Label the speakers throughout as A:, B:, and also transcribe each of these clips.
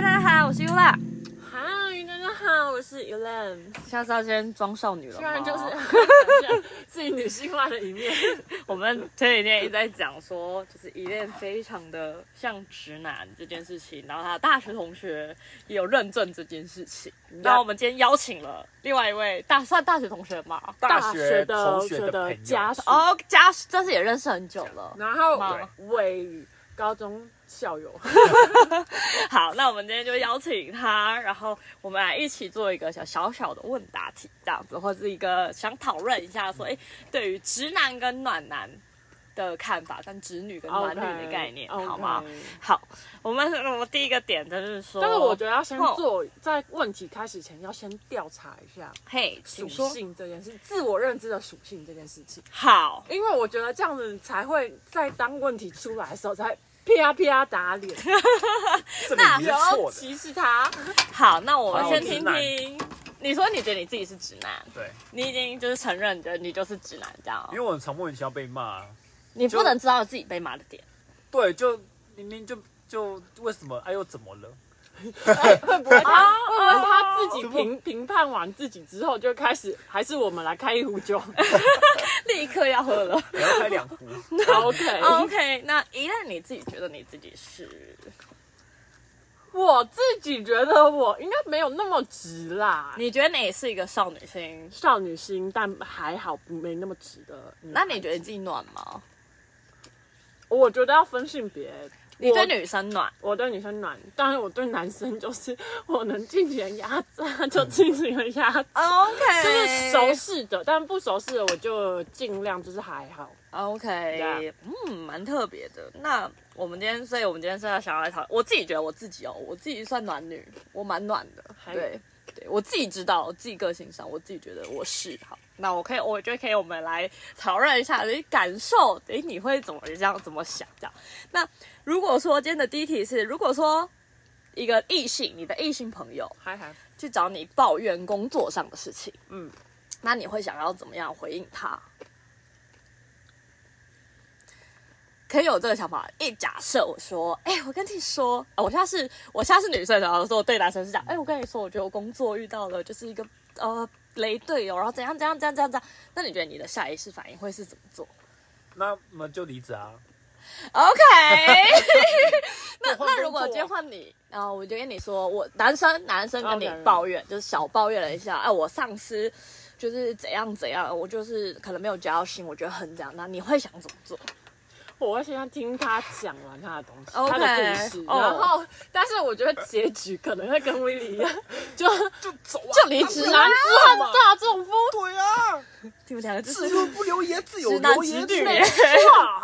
A: 啦！
B: 嗨，大家好，我是 Elan，
A: 下次要先装少女了吗，
B: 虽然就是自己女性化的 一面，
A: 我们前几天一直在讲说，就是依恋非常的像直男这件事情，然后他的大学同学也有认证这件事情。然后我们今天邀请了另外一位大算大学同学嘛，
C: 大学
B: 的
C: 同学的朋
B: 的
C: 友
B: 家属，
A: 哦，加但是也认识很久了。
B: 然后
A: 对
B: 为高中 校友，
A: 好，那我们今天就邀请他，然后我们来一起做一个小小小的问答题，这样子，或是一个想讨论一下说，哎，对于直男跟暖男的看法，跟直女跟暖女的概念
B: OK，OK
A: 好吗？好，我们 我第一个点就是说，
B: 但是我觉得要先
A: 哦
B: 做，在问题开始前要先调查一下
A: 嘿，
B: 属
A: 请说
B: 性这件事，自我认知的属性这件事情，
A: 好，
B: 因为我觉得这样子才会在当问题出来的时候才啪啪打脸，
C: 这里你是
B: 然后
C: 错的。
B: 歧视他。
A: 哦好，那我们
C: 好
A: 先
C: 直
A: 听
C: 男
A: 听，你说你觉得你自己是直男，
C: 对，
A: 你已经就是承认的你就是直男，这样
C: 因为
A: 哦，
C: 我常莫名其妙被骂。
A: 你不
C: 就
A: 能知道自己被骂的点。
C: 对，就明明就就为什么？哎呦，怎么了？
B: 会不会他会不会他自己
C: 怎么
B: 评评判完自己之后就开始，还是我们来开一壶 酒
A: 立刻要喝了。
C: 我要开两 壶。
B: ？OK，、
A: 哦 OK，那一旦你自己觉得你自己是，
B: 我自己觉得我应该没有那么直啦，
A: 你觉得你是一个少女心，
B: 少女心，但还好没那么直的。
A: 那你觉得你自己暖吗？
B: 我觉得要分性别，
A: 你对女生暖，
B: 我对女生暖，但是我对男生就是我能尽情压榨就尽情的压榨。
A: OK，
B: 就是熟识的，但不熟识的我就尽量就是还好。
A: OK，嗯，蛮特别的。那我们今天，所以我们今天是要想要来讨，我自己觉得我自己哦，我自己算暖女，我蛮暖的，
B: 还
A: 对。对我自己知道，我自己个性上，我自己觉得我是好。那我可以，我觉得可以，我们来讨论一下，你感受，诶，你会怎么这样，怎么想这样？那如果说今天的第一题是，如果说一个异性，你的异性朋友，
B: 还还
A: 去找你抱怨工作上的事情，嗯
B: 嗯，
A: 那你会想要怎么样回应他？可以有这个想法。一假设我说，哎、我跟你说，啊、我现在是我现在是女生，然后说我对男生是这样，哎、我跟你说，我觉得我工作遇到了就是一个呃雷队友，然后怎样怎样怎样怎样怎样。那你觉得你的下意识反应会是怎么做
C: 那么就离职啊。
A: ？OK，那
B: 啊
C: 换工作
A: 那如果今天换你，然后我就跟你说，我男生男生跟你
B: OK
A: 抱怨就是小抱怨了一下，哎，我上司就是怎样怎样，我就是可能没有交到心，我觉得很怎样，那你会想怎么做？
B: 我会先听他讲完他的东西
A: OK，
B: 他的故事，
A: 哦
B: 然后，但是我觉得结局可能会跟威利一样，就
C: 就走啊。
A: 就离职
B: 直
A: 啊
B: 男！之恨大众夫，
C: 对啊，
A: 你们两个就是
C: 自有不留爷，自有
A: 直男
C: 留
A: 直
C: 爷
A: 女
C: 处。。
B: 啊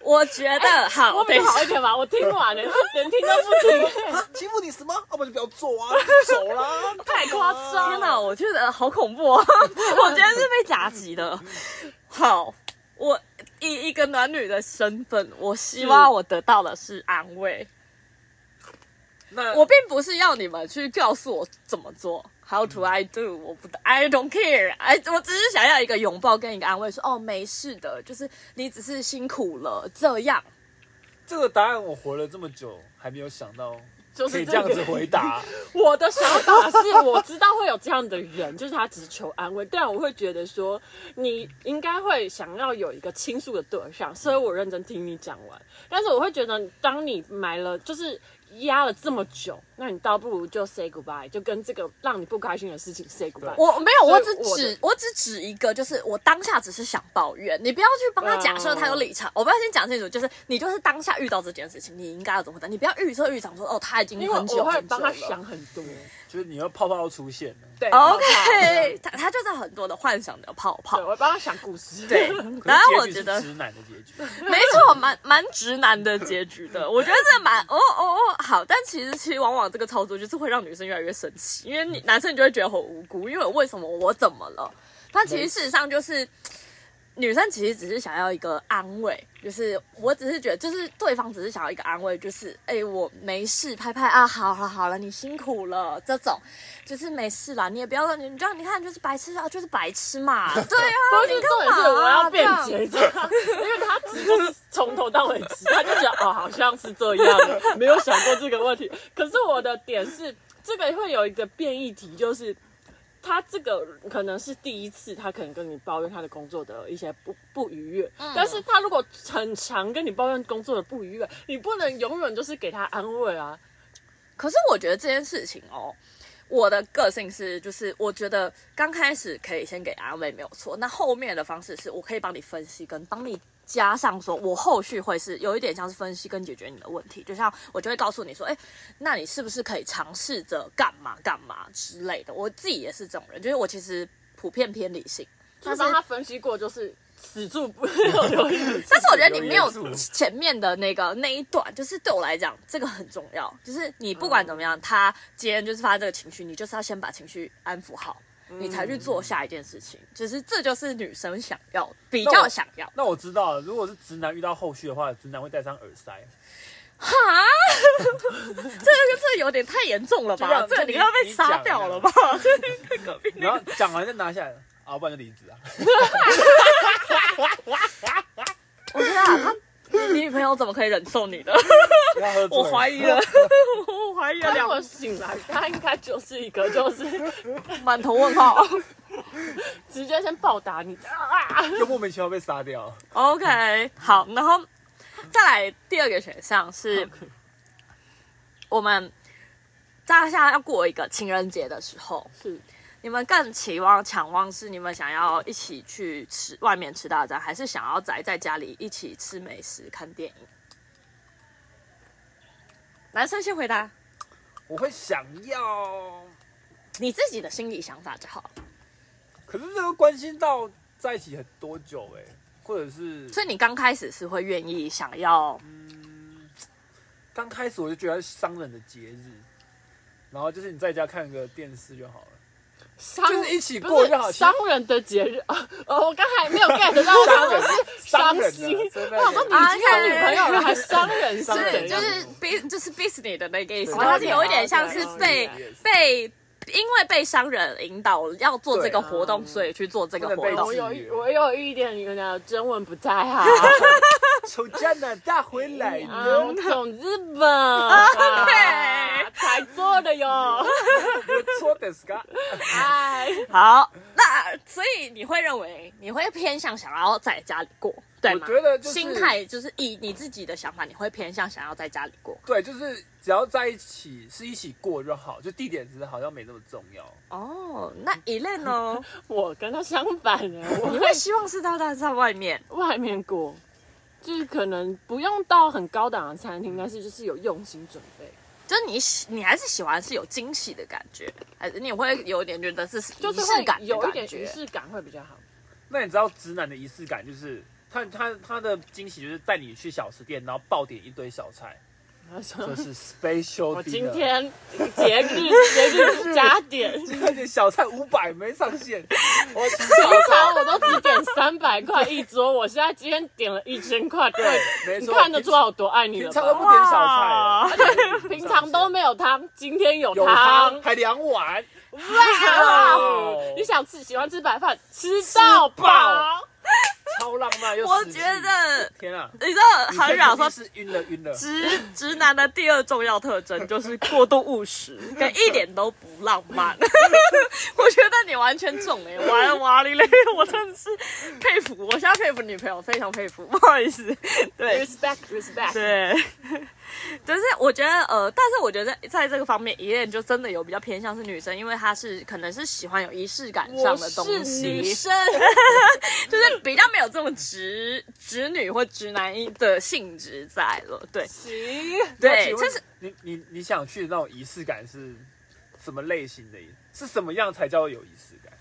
A: 我觉得好，
B: 我比
A: 等一
B: 较好
A: 下
B: 一，点吧，我听完了， 连听都不听，
C: 啊，欺负你什么？要不然就不要做 啊，走啦。
B: 太夸张了
A: 天。哪，我觉得好恐怖 哦！我今天是被夹击的。好，我以一个暖女的身份，我希望我得到的是安慰。
C: 那
A: 我并不是要你们去告诉我怎么做，How do I do？我不，I don't care。哎，我只是想要一个拥抱跟一个安慰，说哦没事的，就是你只是辛苦了这样。
C: 这个答案我活了这么久，还没有想到
B: 就
C: 可
B: 是
C: 以这样
B: 个
C: 子回答。
B: 我的想法是，我知道会有这样的人， 就是他只求安慰，但我会觉得说，你应该会想要有一个倾诉的对象，所以我认真听你讲完。但是我会觉得，当你埋了，就是压了这么久，那你倒不如就 say goodbye，就跟这个让你不开心的事情 say goodbye。
A: 我没有，
B: 所
A: 我
B: 以
A: 只
B: 我的
A: 指我只指一个，就是我当下只是想抱怨，你不要去帮他假设
B: 嗯
A: 他有立场，我不要先讲清楚，就是你就是当下遇到这件事情，你应该要怎么办，你不要预测预想说哦他已经
B: 因为
A: 很久
B: 我会
A: 很久
B: 帮他
A: 了。
B: 想很多，
C: 就是你要泡泡要出现了。
B: 对
A: OK，他他就是很多的幻想的泡
B: 对，
A: 泡，
B: 我会帮他想故事，
A: 对
B: 对。。
A: 然后
C: 可
A: 我
C: 是结
A: 觉
C: 局是
A: 得
C: 直男的结 局，
A: 没错，蛮蛮直男的结局的。我觉得这蛮哦哦哦好，但其实其实往往这个操作就是会让女生越来越生气，因为你男生你就会觉得很无辜，因为为什么我怎么了？但其实事实上 就是。女生其实只是想要一个安慰，就是我只是觉得，就是对方只是想要一个安慰，就是哎、我没事，拍拍啊，好好好了，你辛苦了，这种就是没事啦，你也不要你这样，你看就是白痴啊，就是白痴嘛，对啊，
B: 不是
A: 你
B: 重点
A: 干
B: 是
A: 嘛啊
B: 我要
A: 这
B: 辩
A: 样
B: 解，这样因为他只就是从头到尾直，他就觉得哦，好像是这 样，没有想过这个问题。可是我的点是，这个会有一个变异题，就是他这个可能是第一次，他可能跟你抱怨他的工作的一些不不愉悦，
A: 嗯
B: 但是他如果很常跟你抱怨工作的不愉悦，你不能永远就是给他安慰啊。
A: 可是我觉得这件事情哦，我的个性是，就是我觉得刚开始可以先给安慰没有错，那后面的方式是我可以帮你分析跟帮你。加上说，我后续会是有一点像是分析跟解决你的问题，就像我就会告诉你说，哎、那你是不是可以尝试着干嘛干嘛之类的？我自己也是这种人，就是我其实普遍偏理性，
B: 他帮他分析过，就是此处 不 要留意。
A: 但是我觉得你没有
C: 有元素
A: 前面的那个那一段，就是对我来讲，这个很重要。就是你不管怎么样，他今天就是发这个情绪，你就是要先把情绪安抚好，你才去做下一件事情。就是这就是女生想要，比较想要。
C: 那我知道了，如果是直男遇到后续的话，直男会戴上耳塞，
A: 哈，这个这有点太严重了
C: 就
A: 吧？
C: 让
A: 这个你要被杀掉了吧？
C: 然后讲完再拿下来，啊，不然就离 职啊。
A: 我觉得啊，他你女朋友怎么可以忍受 你的？我怀
C: 疑，
A: 疑了，我怀疑了
B: 当
A: 两
B: 我醒来，他应该就是一个，就是
A: 满头问号。
B: 直接先暴打你啊！
C: 就莫名其妙被杀掉。
A: OK，好，然后再来第二个选项是，我们大家要过一个情人节的时候，
B: 是
A: 你们更期望、强望是你们想要一起去吃外面吃大餐，还是想要宅在家里一起吃美食、看电影？男生先回答
C: 我会想要，
A: 你自己的心理想法就好了。
C: 可是这个关心到在一起很多久哎、或者是
A: 所以你刚开始是会愿意想要
C: 刚开始我就觉得它是商人的节日，然后就是你在家看个电视就好了。
B: 商
C: 就是一起
B: 不
C: 过
B: 是
C: 就好其实
B: 商人的节日啊！哦，我刚才没有 get 到他们是
C: 商
B: 伤
C: 人
B: 心。
C: 啊，真的
B: 我想说你已经有女朋友了，还商人是
C: 商人
A: 是
B: 怎
A: 就
B: 样？
A: 是 b 就是 business 的那个意思，
C: 对
A: 它是有一点像是被
B: 了
C: 解
A: 被因为被商人引导要做这个活动，
B: 对
A: 所以去做这个
C: 不
A: 活
C: 能被
A: 动
B: 我。有一我有一点你的中文不太好，
C: 从加拿大回来的，
B: 嗯从日本啊才做的哟。
C: 错的是啊个
B: 哎，
A: 好，那所以你会认为你会偏向想要在家里过，对吗？
C: 我觉得就是
A: 心态就是以你自己的想法，你会偏向想要在家里过。
C: 对，就是只要在一起是一起过就好，就地点其实好像没那么重要。
A: 哦，那一类呢？
B: 我跟他相反哎，我
A: 你会希望是到大在外面
B: 外面过，就是可能不用到很高档的餐厅，但是就是有用心准备，
A: 就是你喜，你还是喜欢是有惊喜的感觉，还是你会有点觉得是仪
B: 就是
A: 式感的
B: 会有一
A: 感
B: 点
A: 觉
B: 仪式感会比较好。
C: 那你知道直男的仪式感就是他他他的惊喜就是带你去小吃店，然后爆点一堆小菜，
B: 他说
C: 就是 special dinner。
B: 我今天节日节日加点，
C: 今天的小菜五百没上线，我吃
B: 平
C: 小
B: 常我都只点三百块一桌，我现在今天点了一千块，对，
C: 没
B: 你
C: 错
B: 看得出来我多爱你
C: 平
B: 了
C: 常都不
B: 吧？
C: 点小菜了，
B: 平常都没有汤，今天有
C: 有
B: 汤
C: 汤，还两碗，
B: 哇
C: 哦
B: 你想吃喜欢吃白饭，吃到饱
C: 饱。超浪漫又
A: 我
C: 实际
A: 觉得，
C: 天啊！
A: 你知道韩冉说
C: 是晕了晕了，
A: 直直男的第二重要特 征就是过度务实，跟一点都不浪 漫。 我觉得你完全中哎、欸，完了哇哩嘞，我真的是佩服，我现在佩服女朋友，非常佩服，不 好意思，对。
B: Respect, respect。
A: 对， 就是我觉得呃，但是我觉得在这个方面，一恋就真的有比较偏向是女生，因为她是可能是喜欢有仪式感上
B: 我
A: 的
B: 是
A: 东西，
B: 女生，
A: 就是比较没有这种直直女或直男的性质在了。对，
B: 行，
C: 那
A: 对，
C: 啊请
A: 就
C: 问
A: 是
C: 你你你想去的那种仪式感是什么类型的？是什么样才叫有仪式感？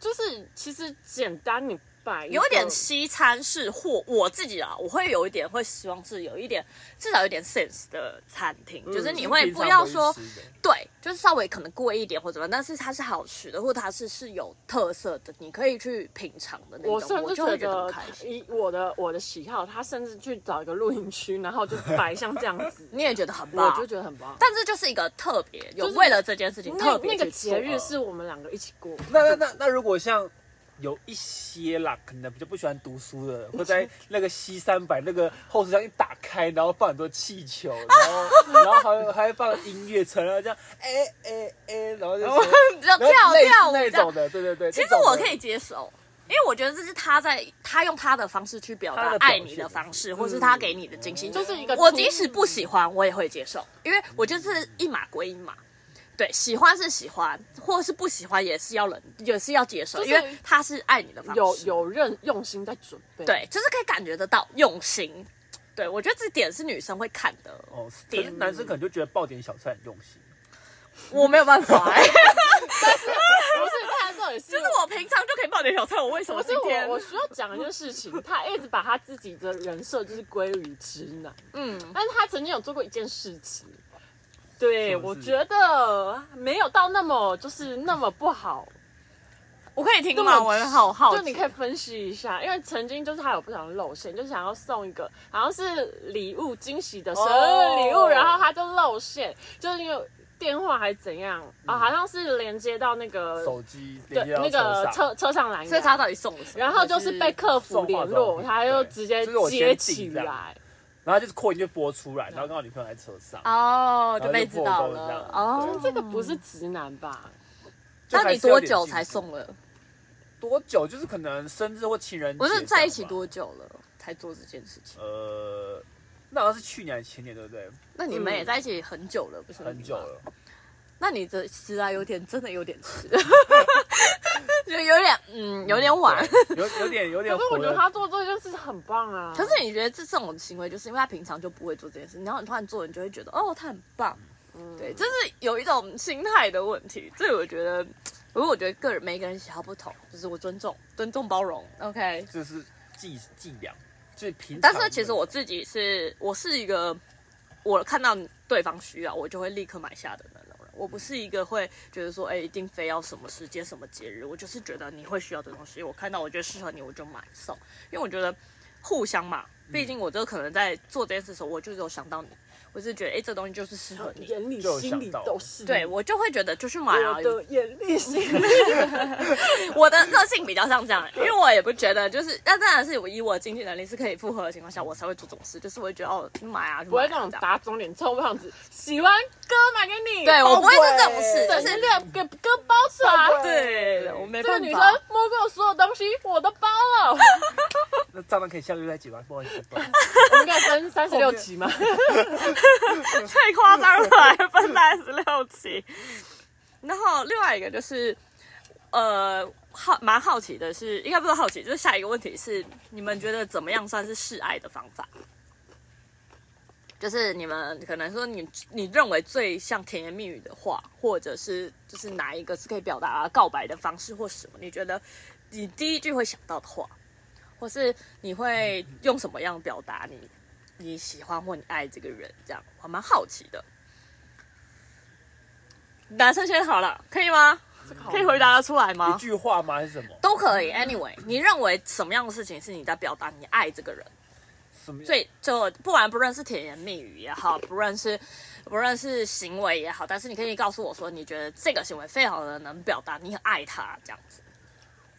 B: 就是其实简单，你摆一个
A: 有点西餐式或我自己啊，我会有一点会希望是有一点至少有点 sense 的餐厅，就是你会不要说
C: 嗯平常不会吃的
A: 对，就是稍微可能贵一点或怎么样，但是它是好吃的，或它是是有特色的，你可以去品尝的那种，
B: 我
A: 我
B: 甚至
A: 就会
B: 觉
A: 觉得很
B: 得
A: 开心。，
B: 以我的我的喜好，他甚至去找一个露营区，然后就摆像这样子
A: 你也觉得很
B: 我
A: 棒，
B: 就觉得很棒。
A: 但是就是一个特别有
B: 就是
A: 为了这件事情
B: 那
A: 特别
B: 那个
A: 去
B: 节
A: 做
B: 日是我们两个一起过，
C: 那那那那如果像有一些啦，可能比较不喜欢读书的人，会在那个 C 三百那个后车厢一打开，然后放很多气球，然后 然后还有还会放音乐车，然后这样哎哎哎，然后就说
A: 比较跳
C: 然后类似
A: 跳舞
C: 那
A: 这样
C: 种。的，对对对。
A: 其实
C: 这种的
A: 我可以接受，因为我觉得这是他在他用他的方式去表
C: 他
A: 达
C: 的表
A: 爱
C: 现
A: 你的方式，或是他给你的惊喜。就
B: 就是是一个
A: 我
B: 出
A: 即使不喜欢，我也会接受，因为我就是一码归一码。对，喜欢是喜欢，或是不喜欢也是要忍，也是要接受，
B: 就是
A: 因为他是爱你的方式。
B: 有有认用心在准备，，
A: 对，就是可以感觉得到用心。对，我觉得这点是女生会看的，
C: 哦，可是男生可能就觉得爆点小菜很用心。
A: 我没有办法、欸。
B: 不是 他到底是
A: 就是我平常就可以爆点小菜，我为什么
B: 不
A: 今
B: 是
A: 天
B: 我，我需要讲一件事情，他一直把他自己的人设就是归于直男，
A: 嗯，
B: 但是他曾经有做过一件事情，对
C: 什么
B: 我
C: 事
B: 觉得没有到那么就是那么不好，
A: 我可以听
B: 那
A: 吗？
B: 么
A: 我很好好奇，
B: 就你可以分析一下，因为曾经就是他有不想露馅，就想要送一个好像是礼物惊喜的生日礼物
C: 哦
B: 然后他就露馅，就是因为电话还怎样
A: 嗯
B: 啊、好像是连接到那个
C: 手机
B: 对
C: 连接到
B: 那个
C: 上，
B: 车车上栏杆，
A: 所以他到底送了什么？
B: 然后就是被客服联络，
C: 还是送化妆品
B: 他又直接
C: 就是我
B: 接
C: 先
B: 起
C: 订这样
B: 来。
C: 然后就是扩音就播出来，然后刚好女朋友在车上，
A: 哦，
C: 然后
A: 就被知道
C: 就破
A: 了
C: 功这样
A: 哦。
B: 这个不是直男吧？
C: 哦就
A: 那
C: 还
A: 你
C: 是有
A: 多
C: 点
A: 久
C: 进
A: 才
C: 步？
A: 送了？
C: 多久？就是可能生日或情人节。
A: 我是在一起？多久了才做这件事情？
C: 呃，那好像是去年还是前年，对不对？
A: 那你们
B: 嗯
A: 也在一起很久了，不是？
C: 很久。了。
A: 那你的迟来有点真的有点迟， 就有点嗯有点晚。
C: 对有有点有点
B: 可是
C: 火
B: 我觉得
C: 了。
B: 他做这件事很棒啊。
A: 可是你觉得这这种行为，就是因为他平常就不会做这件事，然后你突然做，你就会觉得哦他很棒。
C: 嗯
A: 对，这是有一种心态的问题。这我觉得，不过我觉得个人每一个人喜好不同，就是我尊重、尊重、包容。OK，
C: 就是伎伎俩，就是平常
A: 但
C: 的。
A: 是其实我自己是，我是一个，我看到对方需要，我就会立刻买下的那种人。我不是一个会觉得说，哎、一定非要什么时间、什么节日，我就是觉得你会需要的东西，我看到我觉得适合你，我就买送。因为我觉得互相嘛，
B: 嗯
A: 毕竟我这个可能在做这件事的时候，我就有想到你，我是觉得，哎、这东西就是适合你。
B: 眼里
C: 就有
B: 心
C: 想
B: 里
C: 到
B: 都是你
A: 对，我就会觉得就去买啊
B: 嗯我，的眼里心里
A: 我的个性比较像这样，因为我也不觉得就是，但当然是以我经济能力是可以负荷的情况下，我才会做这种事，就是我会觉得哦，买啊，就
B: 不
A: 买
B: 会
A: 啊
B: 那种
A: 这样
B: 打肿脸充胖子，喜欢哥买给你，
A: 对哦我不会做这种事，
B: 整
A: 就是
B: 天给哥包起来。
A: 对，我没
B: 这个
A: 办
B: 女生
A: 法。
B: 摸过我所有东西，我都包 了。
C: 那蟑螂可以下个月再解吧，不好意思。不好意思
B: 我们应该分三十六集吗？
A: 太夸张了，还分三十六期。然后另外一个就是，呃，好蛮好奇的是，应该不是好奇，就是下一个问题是，你们觉得怎么样算是示爱的方法？就是你们可能说你你认为最像甜言蜜语的话，或者是就是哪一个是可以表达告白的方式或什么？你觉得你第一句会想到的话，或是你会用什么样表达你你喜欢或你爱这个人，这样我蛮好奇的。男生先好了，可以吗？可以回答得出来
C: 一
A: 吗？
C: 句话吗？还是什么？
A: 都可以。Anyway，你认为什么样的事情是你在表达你爱这个人？
C: 什么？
A: 所以就不管不论是甜言蜜语也好，不论是不论是行为也好，但是你可以告诉我说，你觉得这个行为非常的能表达你很爱他这样子。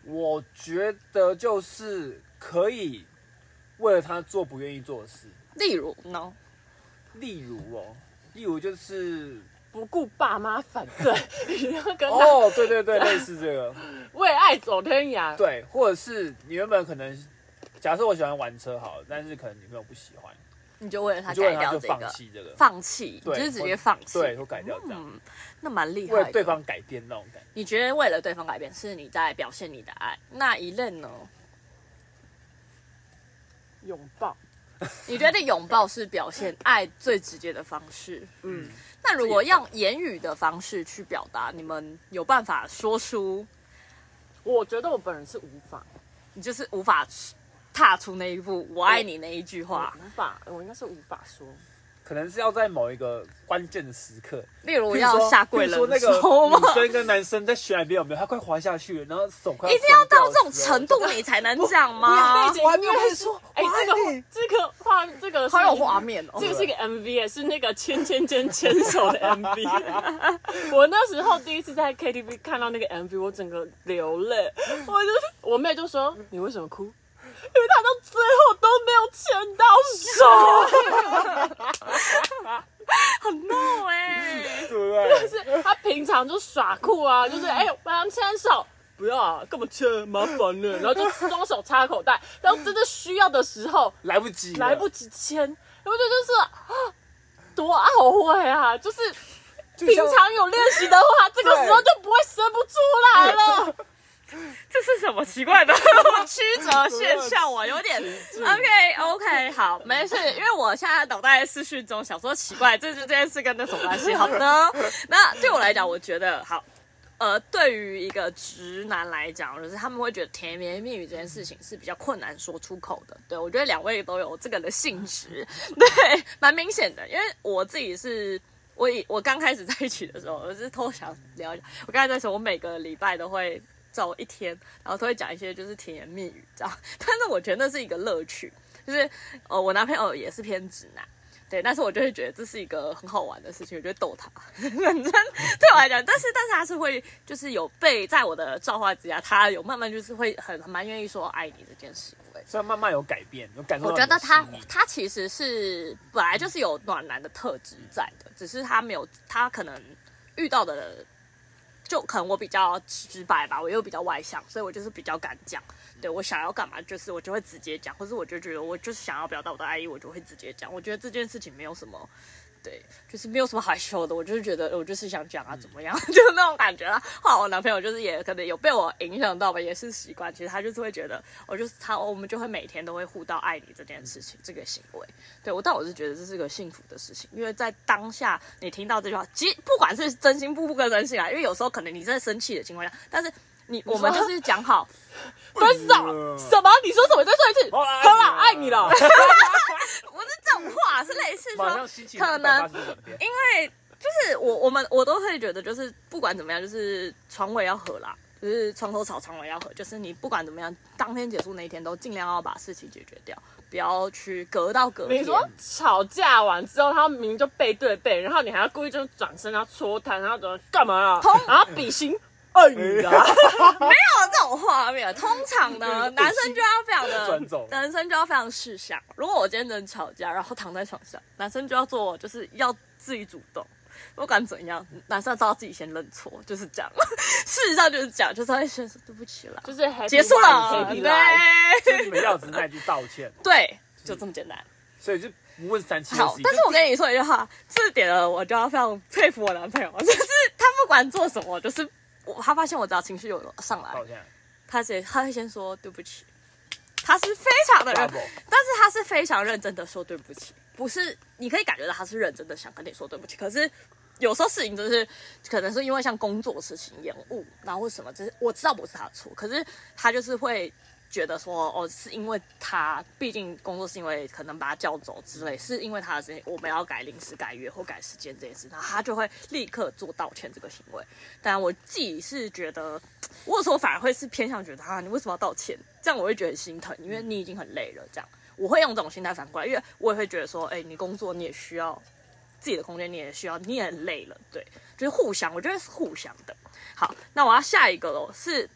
C: 我觉得就是可以为了他做不愿意做的事，
A: 例如呢，
C: 例如哦，例如就是
B: 不顾爸妈反对，你要跟他
C: 哦，对对对，类似 这个，
B: 为爱走天涯。
C: 对，或者是你原本可能，假设我喜欢玩车好了，但是可能女朋友不喜欢，
A: 你就为了他
C: 你就为
A: 改
C: 了他
A: 掉
C: 就
A: 这
C: 放
A: 个，
C: 弃这个，
A: 放弃，你
C: 对
A: 就是直接
C: 我
A: 放弃。
C: 对，会改掉这样，
A: 嗯，那蛮厉害
C: 为
A: 的。
C: 了对方改变那种感觉。
A: 你觉得为了对方改变是你在表现你的爱？那一任呢？
B: 拥抱，
A: 你觉得拥抱是表现爱最直接的方式？
B: 嗯，
A: 那如果用言语的方式去表达，你们有办法说出，
B: 我觉得我本人是无法，
A: 你就是无法踏出那一步“我爱你”那一句话。
B: 无法，我应该是无法说。
C: 可能是要在某一个关键的时刻，
A: 例如
C: 譬如
A: 要
C: 说
A: 下跪
C: 譬如
A: 了
C: 说那
A: 的时候吗
C: 个女生跟男生在悬崖边有没有？他快滑下去了，然后手快
A: 一定要到这种
C: 度。
A: 程度你才能讲
B: 你
A: 吗
B: 背？景
A: 啊
C: 我还没有
B: 音乐
C: 开始说
B: 哎，
C: 我
B: 这
C: 爱
B: 个
C: 你哎，
B: 这个画这个是
A: 好有画面哦
B: 这。个是一个 MV，是那个牵牵牵牵手的 MV。我那时候第一次在 KTV 看到那个 MV，我整个流泪。我就我妹就说：“你为什么哭？”因为她到最后都没有牵到手，
A: 很闹哎、
C: 对不对？
B: 就是她平常就耍酷啊，就是哎、我想牵手。不要啊，干嘛牵？麻烦呢。然后就双手插口袋，然后真的需要的时候，
C: 来不及了，
B: 来不及签，我觉得就是啊，多懊悔啊！就是
C: 就
B: 平
C: 像
B: 常有练习的话，这个时候就不会生不出来了。
A: 这是什么奇怪 的曲折现象？我有点 OK OK 好，没事，因为我现在脑袋在思绪中，想说奇怪，这这件事跟那什么关系？好的，那对我来讲，我觉得好。呃，对于一个直男来讲，就是他们会觉得甜言蜜语这件事情是比较困难说出口的。对我觉得两位都有这个的性质，对，蛮明显的。因为我自己是，我以我刚开始在一起的时候，我是偷想聊一下。我刚才在说，我每个礼拜都会找一天，然后都会讲一些就是甜言蜜语这样。 但是我觉得那是一个乐趣，就是呃，我男朋友也是偏直男。对，但是我就会觉得这是一个很好玩的事情，我就会逗他。 反正对我来讲，但是但是他是会，就是有被在我的造化之下，他有慢慢就是会很蛮愿意说爱你这件事情。
C: 虽然慢慢有改变，有感受
A: 我
C: 到
A: 觉
C: 你的
A: 得他
C: 心意。
A: 他其实是本来就是有暖男的特质在的，只是他没有他可能遇到的，就可能我比较直白吧，我又比较外向，所以我就是比较敢讲，对我想要干嘛就是我就会直接讲，或是我就觉得我就是想要表达我的爱意，我就会直接讲。我觉得这件事情没有什么。对，就是没有什么害羞的，我就是觉得我就是想讲啊，怎么样， 就是那种感觉啦。后来我男朋友就是也可能有被我影响到吧，也是习惯，其实他就是会觉得，我就是他，我们就会每天都会互道爱你这件事情，这个行为。对我，但我是觉得这是个幸福的事情，因为在当下你听到这句话，其实不管是真心不不跟真心啊，因为有时候可能你在生气的情况下，但是你我们就是讲好，
B: 分
A: 哎
B: 手啊什么？你说什么？再说一次。
C: 我
A: 啊
C: 爱你
B: 好啦，爱 你了。
A: 不是这种话，是类似
C: 马上
A: 说
C: 心情
A: 可
C: 180
A: 能哎
C: 度转变，
A: 因为就是我我们我都会觉得，就是不管怎么样，就是床尾要合啦，就是床头吵，床尾要合，就是你不管怎么样，当天结束那一天都尽量要把事情解决掉，不要去隔到隔 天。
B: 你说吵架完之后，他们明明就背对背，然后你还要故意就转身，然后戳他，然后怎么干嘛啊？然后比心，爱你
C: 啊
B: 啦。
A: 到这种画面，通常呢，男生就要非常
C: 转走
A: 的，男生就要非常识相。如果我今天能吵架，然后躺在床上，男生就要做，就是要自己主动。不管怎样，男生要知道自己先认错，就是这样。 事实上就是这样，就是会先说对不起啦，
B: 就是 happy
A: 结束
B: life,
A: 了，
B: happy
A: 对
B: life
C: 就是你们要只是那句道歉，
A: 对，就这么简单。
C: 所以就不问三七二
A: 好
C: 十一。，
A: 但是我跟你说一句话，这点呢，我就要非常佩服我男朋友，就是他不管做什么，就是我他发现我只要情绪有上来，
C: 道歉
A: 他先 他会先说对不起，他是非常的认，
C: ，double
A: 但是他是非常认真的说对不起，不是你可以感觉到他是认真的想跟你说对不起，可是。有时候事情就是，可能是因为像工作事情延误，然后或什么，就是我知道不是他的错，可是他就是会觉得说，哦，是因为他，毕竟工作是因为可能把他叫走之类，是因为他的事情，我们要改临时改约或改时间这件事，然后他就会立刻做道歉这个行为。但我自己是觉得，我有时候反而会是偏向觉得啊，你为什么要道歉？这样我会觉得很心疼，因为你已经很累了。这样我会用这种心态反过来，因为我也会觉得说，哎、你工作你也需要自己的空间，你也需要，你也很累了，对，就是互相，我觉得是互相的。好，那我要下一个喽，是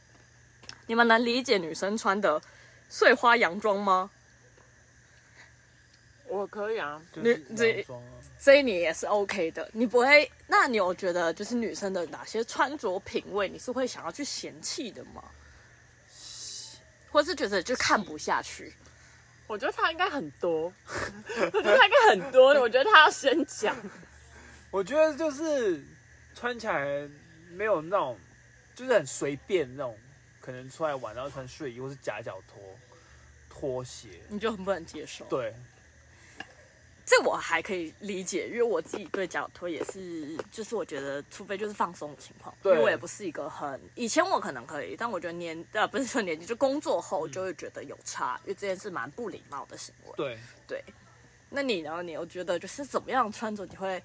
A: 你们能理解女生穿的碎花洋装吗？
B: 我可以啊。
C: 就是
A: 你这
C: 洋装啊
A: 所以你也是 OK 的，你不会。那你有觉得就是女生的哪些穿着品味你是会想要去嫌弃的吗？或是觉得就看不下去？
B: 我觉得他应该很多， 我觉得他应该很多的。我觉得他要先讲，
C: 我觉得就是穿起来没有那种，就是很随便那种，可能出来玩然后穿睡衣或是夹脚拖、拖鞋，
A: 你就很不能接受。，
C: 对，
A: 这我还可以理解，因为我自己对脚推也是，就是我觉得除非就是放松的情况，因
C: 对
A: 为我也不是一个很以前我可能可以，但我觉得年呃不是说年纪，就工作后就会觉得有差，因为这件事蛮不礼貌的行为。
C: 对，
A: 对，那你呢？你又觉得就是怎么样穿着你会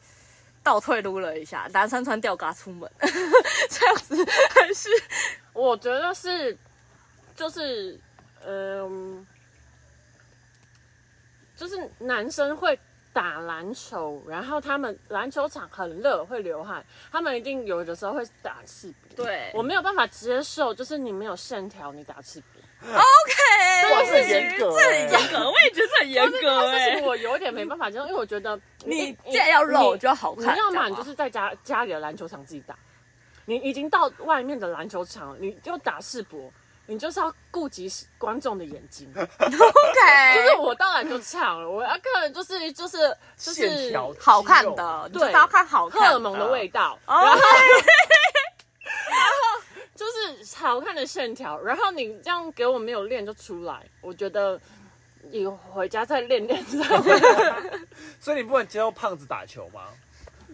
A: 倒退撸了一下？男生穿吊嘎出门这样子，还是
B: 我觉得是，就是，嗯、就是男生会打篮球，然后他们篮球场很热，会流汗，他们一定有的时候会打赤膊。
A: 对
B: 我没有办法接受，就是你没有线条，你打赤膊。
A: ，OK，
C: 哇
A: 我是
C: 这很严
A: 这
C: 格
A: 很
C: 欸
A: 严格，我也觉得这很严格
B: 但
A: 哎
B: 是。我有点没办法接受，因为我觉得
A: 你既然要露就要好
B: 你
A: 看，
B: 要
A: 这
B: 嘛
A: 样
B: 你就
A: 吗
B: 是在家家里的篮球场自己打，你已经到外面的篮球场，你就打世博，你就是要顾及观众的眼睛。
A: OK，
B: 就是我当然就唱了，我要看的就是就是就
C: 线
B: 是
C: 条
A: 好看
C: 肌肉
A: 的，你就是要看好
B: 荷
A: 看
B: 尔蒙的味道，
A: 哦
B: 然后 就是好看的线条，然后你这样给我没有练就出来，我觉得你回家再练练再 回来
C: 所以你不能接受胖子打球吗？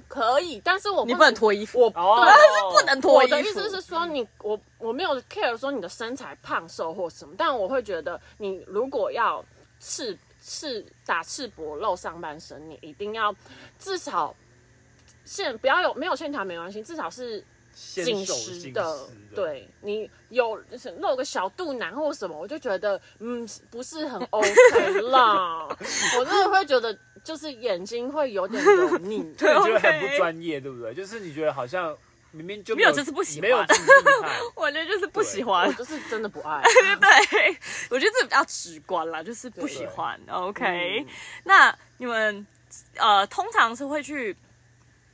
B: 可以，但是我
A: 你不能脱衣服，
B: 我
C: 哦，
B: 对
A: 不能脱
B: 我
A: 衣服。
B: 的意思是说你，我我没有 care 说你的身材胖瘦或什么，但我会觉得你如果要赤赤打赤膊露上半身，你一定要至少线不要有没有线条没关系，至少是
C: 先
B: 紧
C: 手
B: 实
C: 紧
B: 的。对你有就是露个小肚腩或什么，我就觉得嗯不是很 OK 啦， 我真的会觉得就是眼睛会有点油 腻。
C: 就 你觉得
A: OK
C: 很不专业，对不对？就是你觉得好像明明就
A: 没有就是不喜欢
C: 没有自己厉害。
A: 我觉得就是不喜欢
B: 我，就是真的不爱，
A: 对， 我觉得这比较直观啦，就是不喜欢。OK，、那你们呃，通常是会去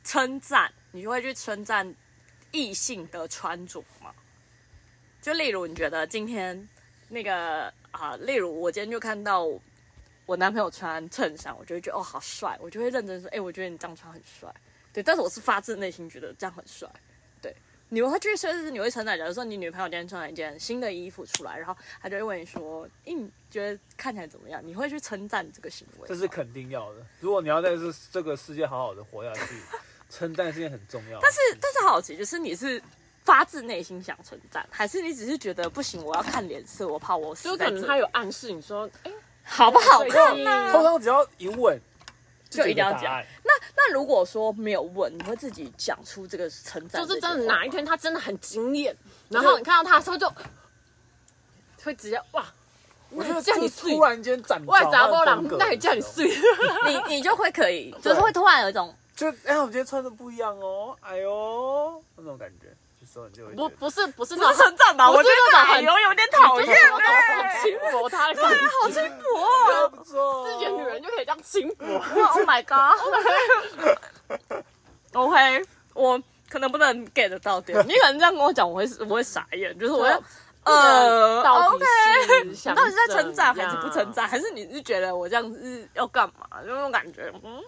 A: 称赞，你就会去称赞异性的穿着吗？就例如你觉得今天那个啊、例如我今天就看到我我男朋友穿衬衫，我就会觉得哦好帅，我就会认真说，哎、我觉得你这样穿很帅。对，但是我是发自内心觉得这样很帅。对，你会就是甚至你会称赞，假如说你女朋友今天穿了一件新的衣服出来，然后她就会问你说，哎、你觉得看起来怎么样？你会去称赞这个行为吗？
C: 这是肯定要的。如果你要在这这个世界好好的活下 去，称赞是件很重要的
A: 但
C: 事
A: 是
C: 情。
A: 但是好奇，就是你是发自内心想称赞，还是你只是觉得不行，我要看脸色，我怕我
B: 就
A: 死在这
B: 可能
A: 里
B: 他有暗示你说，哎、
A: 好不好看啊呢、
C: 通常只要一问，
A: 就一定要
C: 有个答案。
A: 那如果说没有问，你会自己讲出这个称赞？
B: 就是真的哪一天他真的很惊艳，然后你看到他的时候就会直接哇，
C: 我觉得
B: 叫你
C: 这突然间展
B: 外杂波
C: 波
B: 浪，那你叫你，睡，
A: 你你就会可以， 就是会突然有一种
C: 就哎，我今天穿的不一样哦，哎呦，那种感觉，这时候你就会 觉
B: 不
C: 得
B: 不是不是
A: 不
B: 那
A: 是
B: 种
A: 称赞吧？
B: 不
A: 我觉
B: 是
A: 得
B: 那种
A: 奶
B: 很
A: 油有点讨厌
B: 很
A: 哎，
B: 轻薄他啊的感觉，
A: 好轻薄
C: 哎
A: 哦
C: 不错哦，
B: 自己的女人就可以这样轻薄，
A: 哇！Oh my god！OK，我可能不能 get 到点，你可能这样跟我讲，我会我会傻眼，就是我要
B: 就
A: 呃
B: 到底
A: OK。
B: 是想
A: 你到底是在称赞
B: 怎
A: 还
B: 样
A: 是不称？赞，还是你是觉得我这样子是要干嘛？就那种感觉，嗯，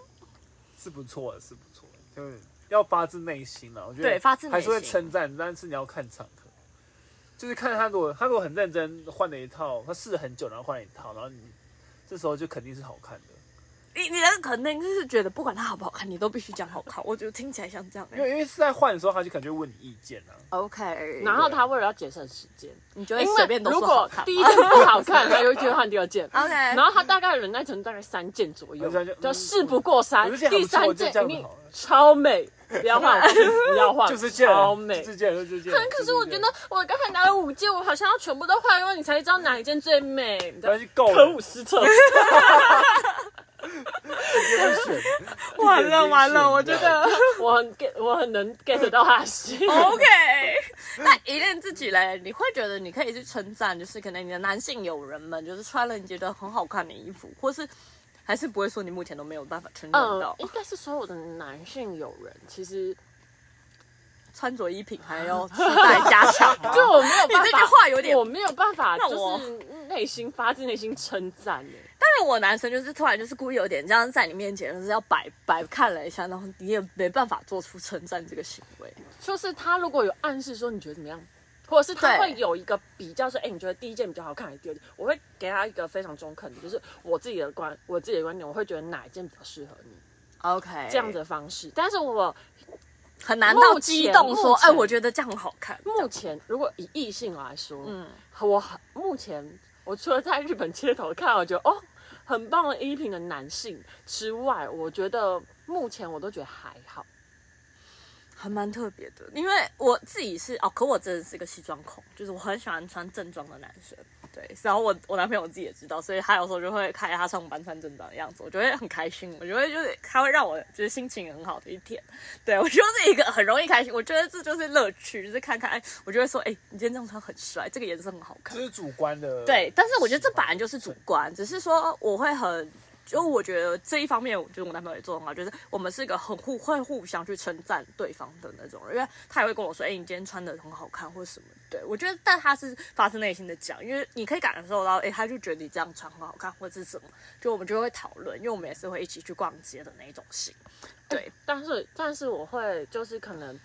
C: 是不错的，是不错的，就是要发自内心啊。我觉得
A: 对发自内心
C: 还是会称赞，但是你要看场合，就是看他如果他如果很认真换了一套，他试了很久，然后换了一套，然后你这时候就肯定是好看的，
A: 你你的肯定就是觉得不管它好不好看，你都必须讲好看。我觉得听起来像这样、
C: 因为因为是在换的时候，他就可能就会问你意见啊。
A: OK，
B: 然后他为了要节省时间，
A: 你就会
B: 因
A: 随便
B: 为
A: 都
B: 如
A: 说好
B: 果
A: 看
B: 第一件不好 看，他又去换第二件。
A: OK，然
B: 然后他大概忍耐程度大概三件左右
C: 我就觉，得
B: 就事不过
C: 嗯我
B: 三。
C: 就觉得
B: 啊第
C: 很不错
B: 三
C: 就
B: 件
C: 这
B: 一
C: 样子
B: 定
C: 好了
B: 超美，不要换，不要
A: 啊
B: 换，
C: 就是这
B: 超
C: 样，
B: 美
C: 就。是这样，就是这样。
B: 可是我觉
C: 就
B: 得我刚才拿了五件，我好像要全部都换，因为你才知道哪一件最美。你知
C: 这样，
B: 道
C: 然后就够
B: 可恶
C: 了，
B: 失策，
C: 直接不选
A: 完了完了，我觉得
B: 我很 get，我很能 get 到他的心。
A: OK。那一恋自己嘞，你会觉得你可以去称赞，就是可能你的男性友人们，就是穿了你觉得很好看的衣服，或是还是不会说你目前都没有办法称赞
B: 嗯
A: 到，、
B: 应该是所有的男性友人，其实
A: 穿着衣品还要期待加强 吗。
B: 就我没有办法，
A: 你这句话有点
B: 我没有办法，
A: 那我
B: 就是内心发自内心称赞欸耶。
A: 但是我男生就是突然就是故意有点这样在你面前，就是要摆摆看了一下，然后你也没办法做出称赞这个行为。
B: 就是他如果有暗示说你觉得怎么样，或者是他
A: 对
B: 会有一个比较说，哎、你觉得第一件比较好看还是第二件？我会给他一个非常中肯的，就是我自己的观，我自己的观点，我会觉得哪一件比较适合你
A: OK，
B: 这样的方式。但是我
A: 很难到
B: 目前
A: 激动说，
B: 目前
A: 哎，我觉得这样很好看。
B: 目前如果以异性来说，嗯
A: 嗯，
B: 我很目前我除了在日本街头看到我觉得哦很棒的衣品的男性之外，我觉得目前我都觉得还好。
A: 还蛮特别的，因为我自己是哦，可我真的是个西装控，就是我很喜欢穿正装的男生，对，然后我我男朋友自己也知道，所以他有时候就会开他上班穿正装的样子，我就会很开心，我就会就是他会让我觉得心情很好的一天。对 我就是一个很容易开心，我觉得这就是乐趣，就是看看，哎，我就会说，哎，你今天这样穿很帅，这个颜色很好看
C: 这。是主观的。
A: 对，但是我觉得这本来就是主观，只是说我会很，就我觉得这一方面，我觉得我男朋友也做得很好，就是我们是一个很互会互相去称赞对方的那种人，因为他也会跟我说，哎、你今天穿的很好看，或者什么。对我觉得，但他是发自内心的讲，因为你可以感受到，哎、他就觉得你这样穿很好看，或者是什么，就我们就会讨论，因为我们也是会一起去逛街的那一种型。对，
B: 但是但是我会就是可能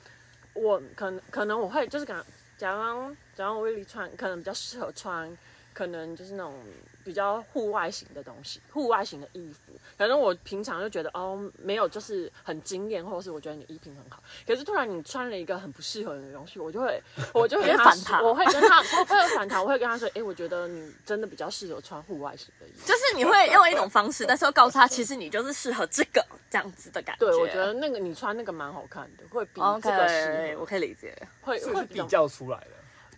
B: 我可能可能我会就是讲假装假装我威力穿可能比较适合穿，可能就是那种比较户外型的东西，户外型的衣服。反正我平常就觉得哦没有就是很惊艳，或者是我觉得你的衣品很好，可是突然你穿了一个很不适合你的东西，我就会 我就会
A: 你会
B: 跟他
A: 反弹
B: 说我会跟他我会反弹，我会跟他说，哎、我觉得你真的比较适合穿户外型的衣服。
A: 就是你会用一种方式，但是要告诉他，其实你就是适合这个这样子的感觉。
B: 对，我觉得那个你穿那个蛮好看的，会比
A: 哦
B: 这个适
A: OK，
B: 合
A: 我可以理解。
B: 会
C: 这个
B: 会
C: 是比
B: 较。
C: 较出来的。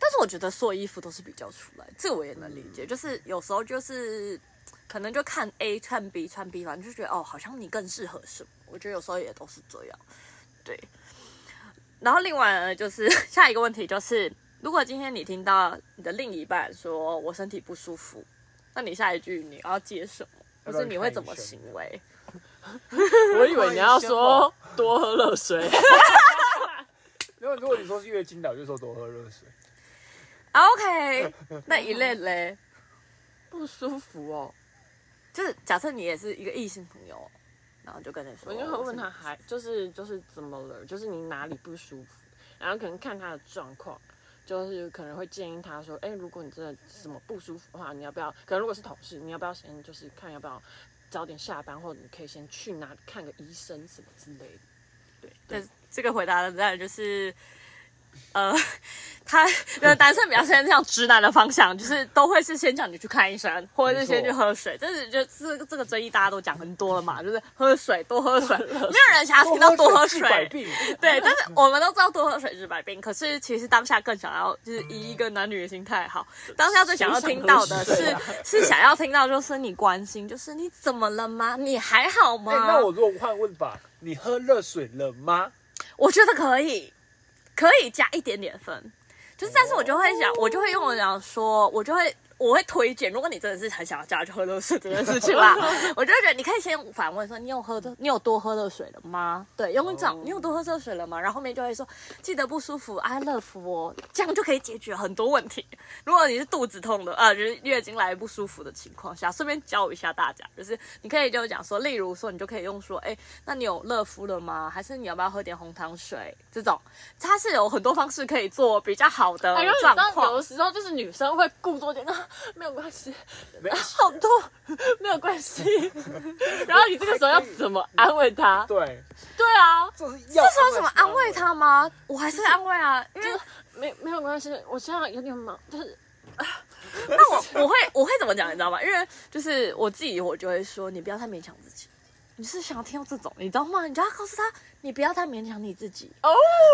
A: 但是我觉得所有衣服都是比较出来，这我也能理
B: 嗯
A: 解。就是有时候就是可能就看 A 穿 B 穿 B，反正就觉得哦，好像你更适合什么。我觉得有时候也都是这样，对。然后另外呢，就是 下一个问题就是，如果今天你听到你的另一半说我身体不舒服，那你下一句你要接什么？或是你会怎么行为？
B: 我以为你要说多喝热水，
C: 如 果如果你说是月经的，我就说多喝热水。
A: 啊，OK，那一类嘞，
B: 不舒服哦。
A: 就是假设你也是一个异性朋友，然后就跟你说，
B: 我就会问他还就是就是怎么了，就是你哪里不舒服，然后可能看他的状况。就是可能会建议他说，哎、如果你真的什么不舒服的话，你要不要？可能如果是同事，你要不要先就是看要不要早点下班，或者你可以先去哪里看个医生什么之类的。
A: 这这个回答的当然就是，呃， 他的男生比较偏向直男的方向，就是都会是先叫你去看医生，或者是先去喝水。但是就这这个争议大家都讲很多了嘛，就是喝水多喝 水，没有人想啊要听到多喝
C: 治百哎
A: 水。
C: 病，
A: 对，但是我们都知道多喝水治百病，可是其实当下更想要就是以一个男女的心态好，当下最想要听到的
B: 谁
A: 是、是想要听到就是你关心，就是你怎么了吗？你还好吗？
C: 哎、那我如果换问法，你喝热水了 吗？
A: 我觉得可以，可以加一点点分，就是但是我就会想，我就会用我讲说，我就会我会推荐，如果你真的是很想要加去喝热水这件事情啦，我就会觉得你可以先反问说，你有喝的，你有多喝热水了吗？对，用这样，你有多喝热水了吗？然后后面就会说，记得不舒服，I love 我，这样就可以解决很多问题。如果你是肚子痛的，呃，就是月经来不舒服的情况下，顺便教一下大家，就是你可以就讲说，例如说，你就可以用说，哎、那你有热敷了吗？还是你要不要喝点红糖水？这种它是有很多方式可以做比较好的
B: 哎、然后你
A: 状
B: 知道有
A: 况。
B: 的时候就是女生会故作点啊，没有关系，
C: 没有，
A: 啊
B: 好痛，没有关系。 然后你这个时候要怎么安慰他？
C: 对，
B: 对啊，
C: 这是
A: 这
C: 要
A: 时候怎么安
C: 慰
A: 慰
C: 才
A: 他吗？我还 是安慰啊，因为
B: 就是没没有关系，我现在有点忙，但是
A: 那我我会我会怎么讲，你知道吗？因为就是我自己，我就会说，你不要太勉强自己。你是想要听到这种，你知道吗？你就要告诉他，你不要太勉强你自己，
B: 哦，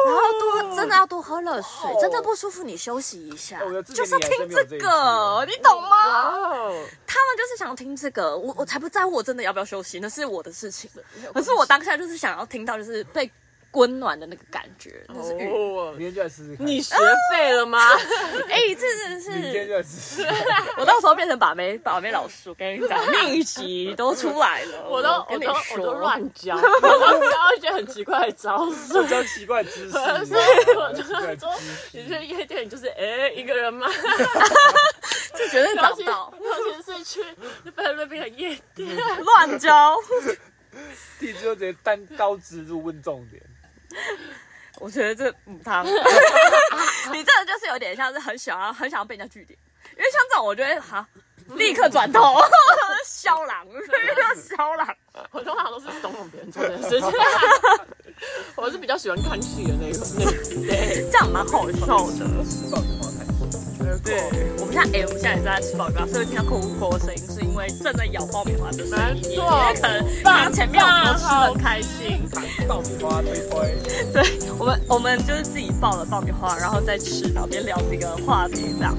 A: 然后多真的要多喝热水，真的不舒服你休息一下
C: 哦我觉得，之前
A: 就是
C: 你还真
A: 听
C: 没有
A: 这
C: 这一句
A: 个，你懂吗？
B: 哦，
A: 他们就是想听这个，我我才不在乎我真的要不要休息，那是我的事情。可
B: 可
A: 是我当下就是想要听到就是被温暖的那个感觉，
C: 哦
A: 就是哎、
C: 明天就来试试看。
B: 你学废了吗？
A: 诶哎这真的
C: 明天
A: 是
C: 就来 试试看。
A: 我到时候变成把妹把妹老师，我跟 你讲，秘籍都出来了，
B: 我都我
A: 跟你
B: 都我
A: 说
B: 都乱教，我都教一些很奇怪的招数。
C: 比较奇怪知 识， 你知道
B: 我
C: 吗
B: 就
C: 奇怪
B: 是
C: 知
B: 说，
C: 识
B: 你去夜店就是哎、一个人吗？
A: 这绝对
B: 尤
A: 找
B: 其
A: 不到，
B: 尤其是去菲律宾的夜店，
A: 乱教。
C: 第一次就直接单刀直入问重点。
A: 我觉得这母汤， 你这个就是有点像是很想要很想要被人家据点，因为像这种我觉得哈，立刻转头， 肖 狼，肖狼。
B: 我通常都是怂恿别人做这件事情。我是比较喜欢看戏的那个那个。对，
A: 这样蛮好笑的。
C: 爆米花太
A: 对，我们现在哎、我们现在也在吃爆米花，所以听到扣扣的声音，是因为正在咬爆米花的声音。
B: 没
A: 因
B: 错
A: 为可能刚刚前面我们都吃的开心，
C: 糖爆米花推推，
A: 对我们我们就是自己爆了爆米花，然后再吃，然后边聊这个话题这样。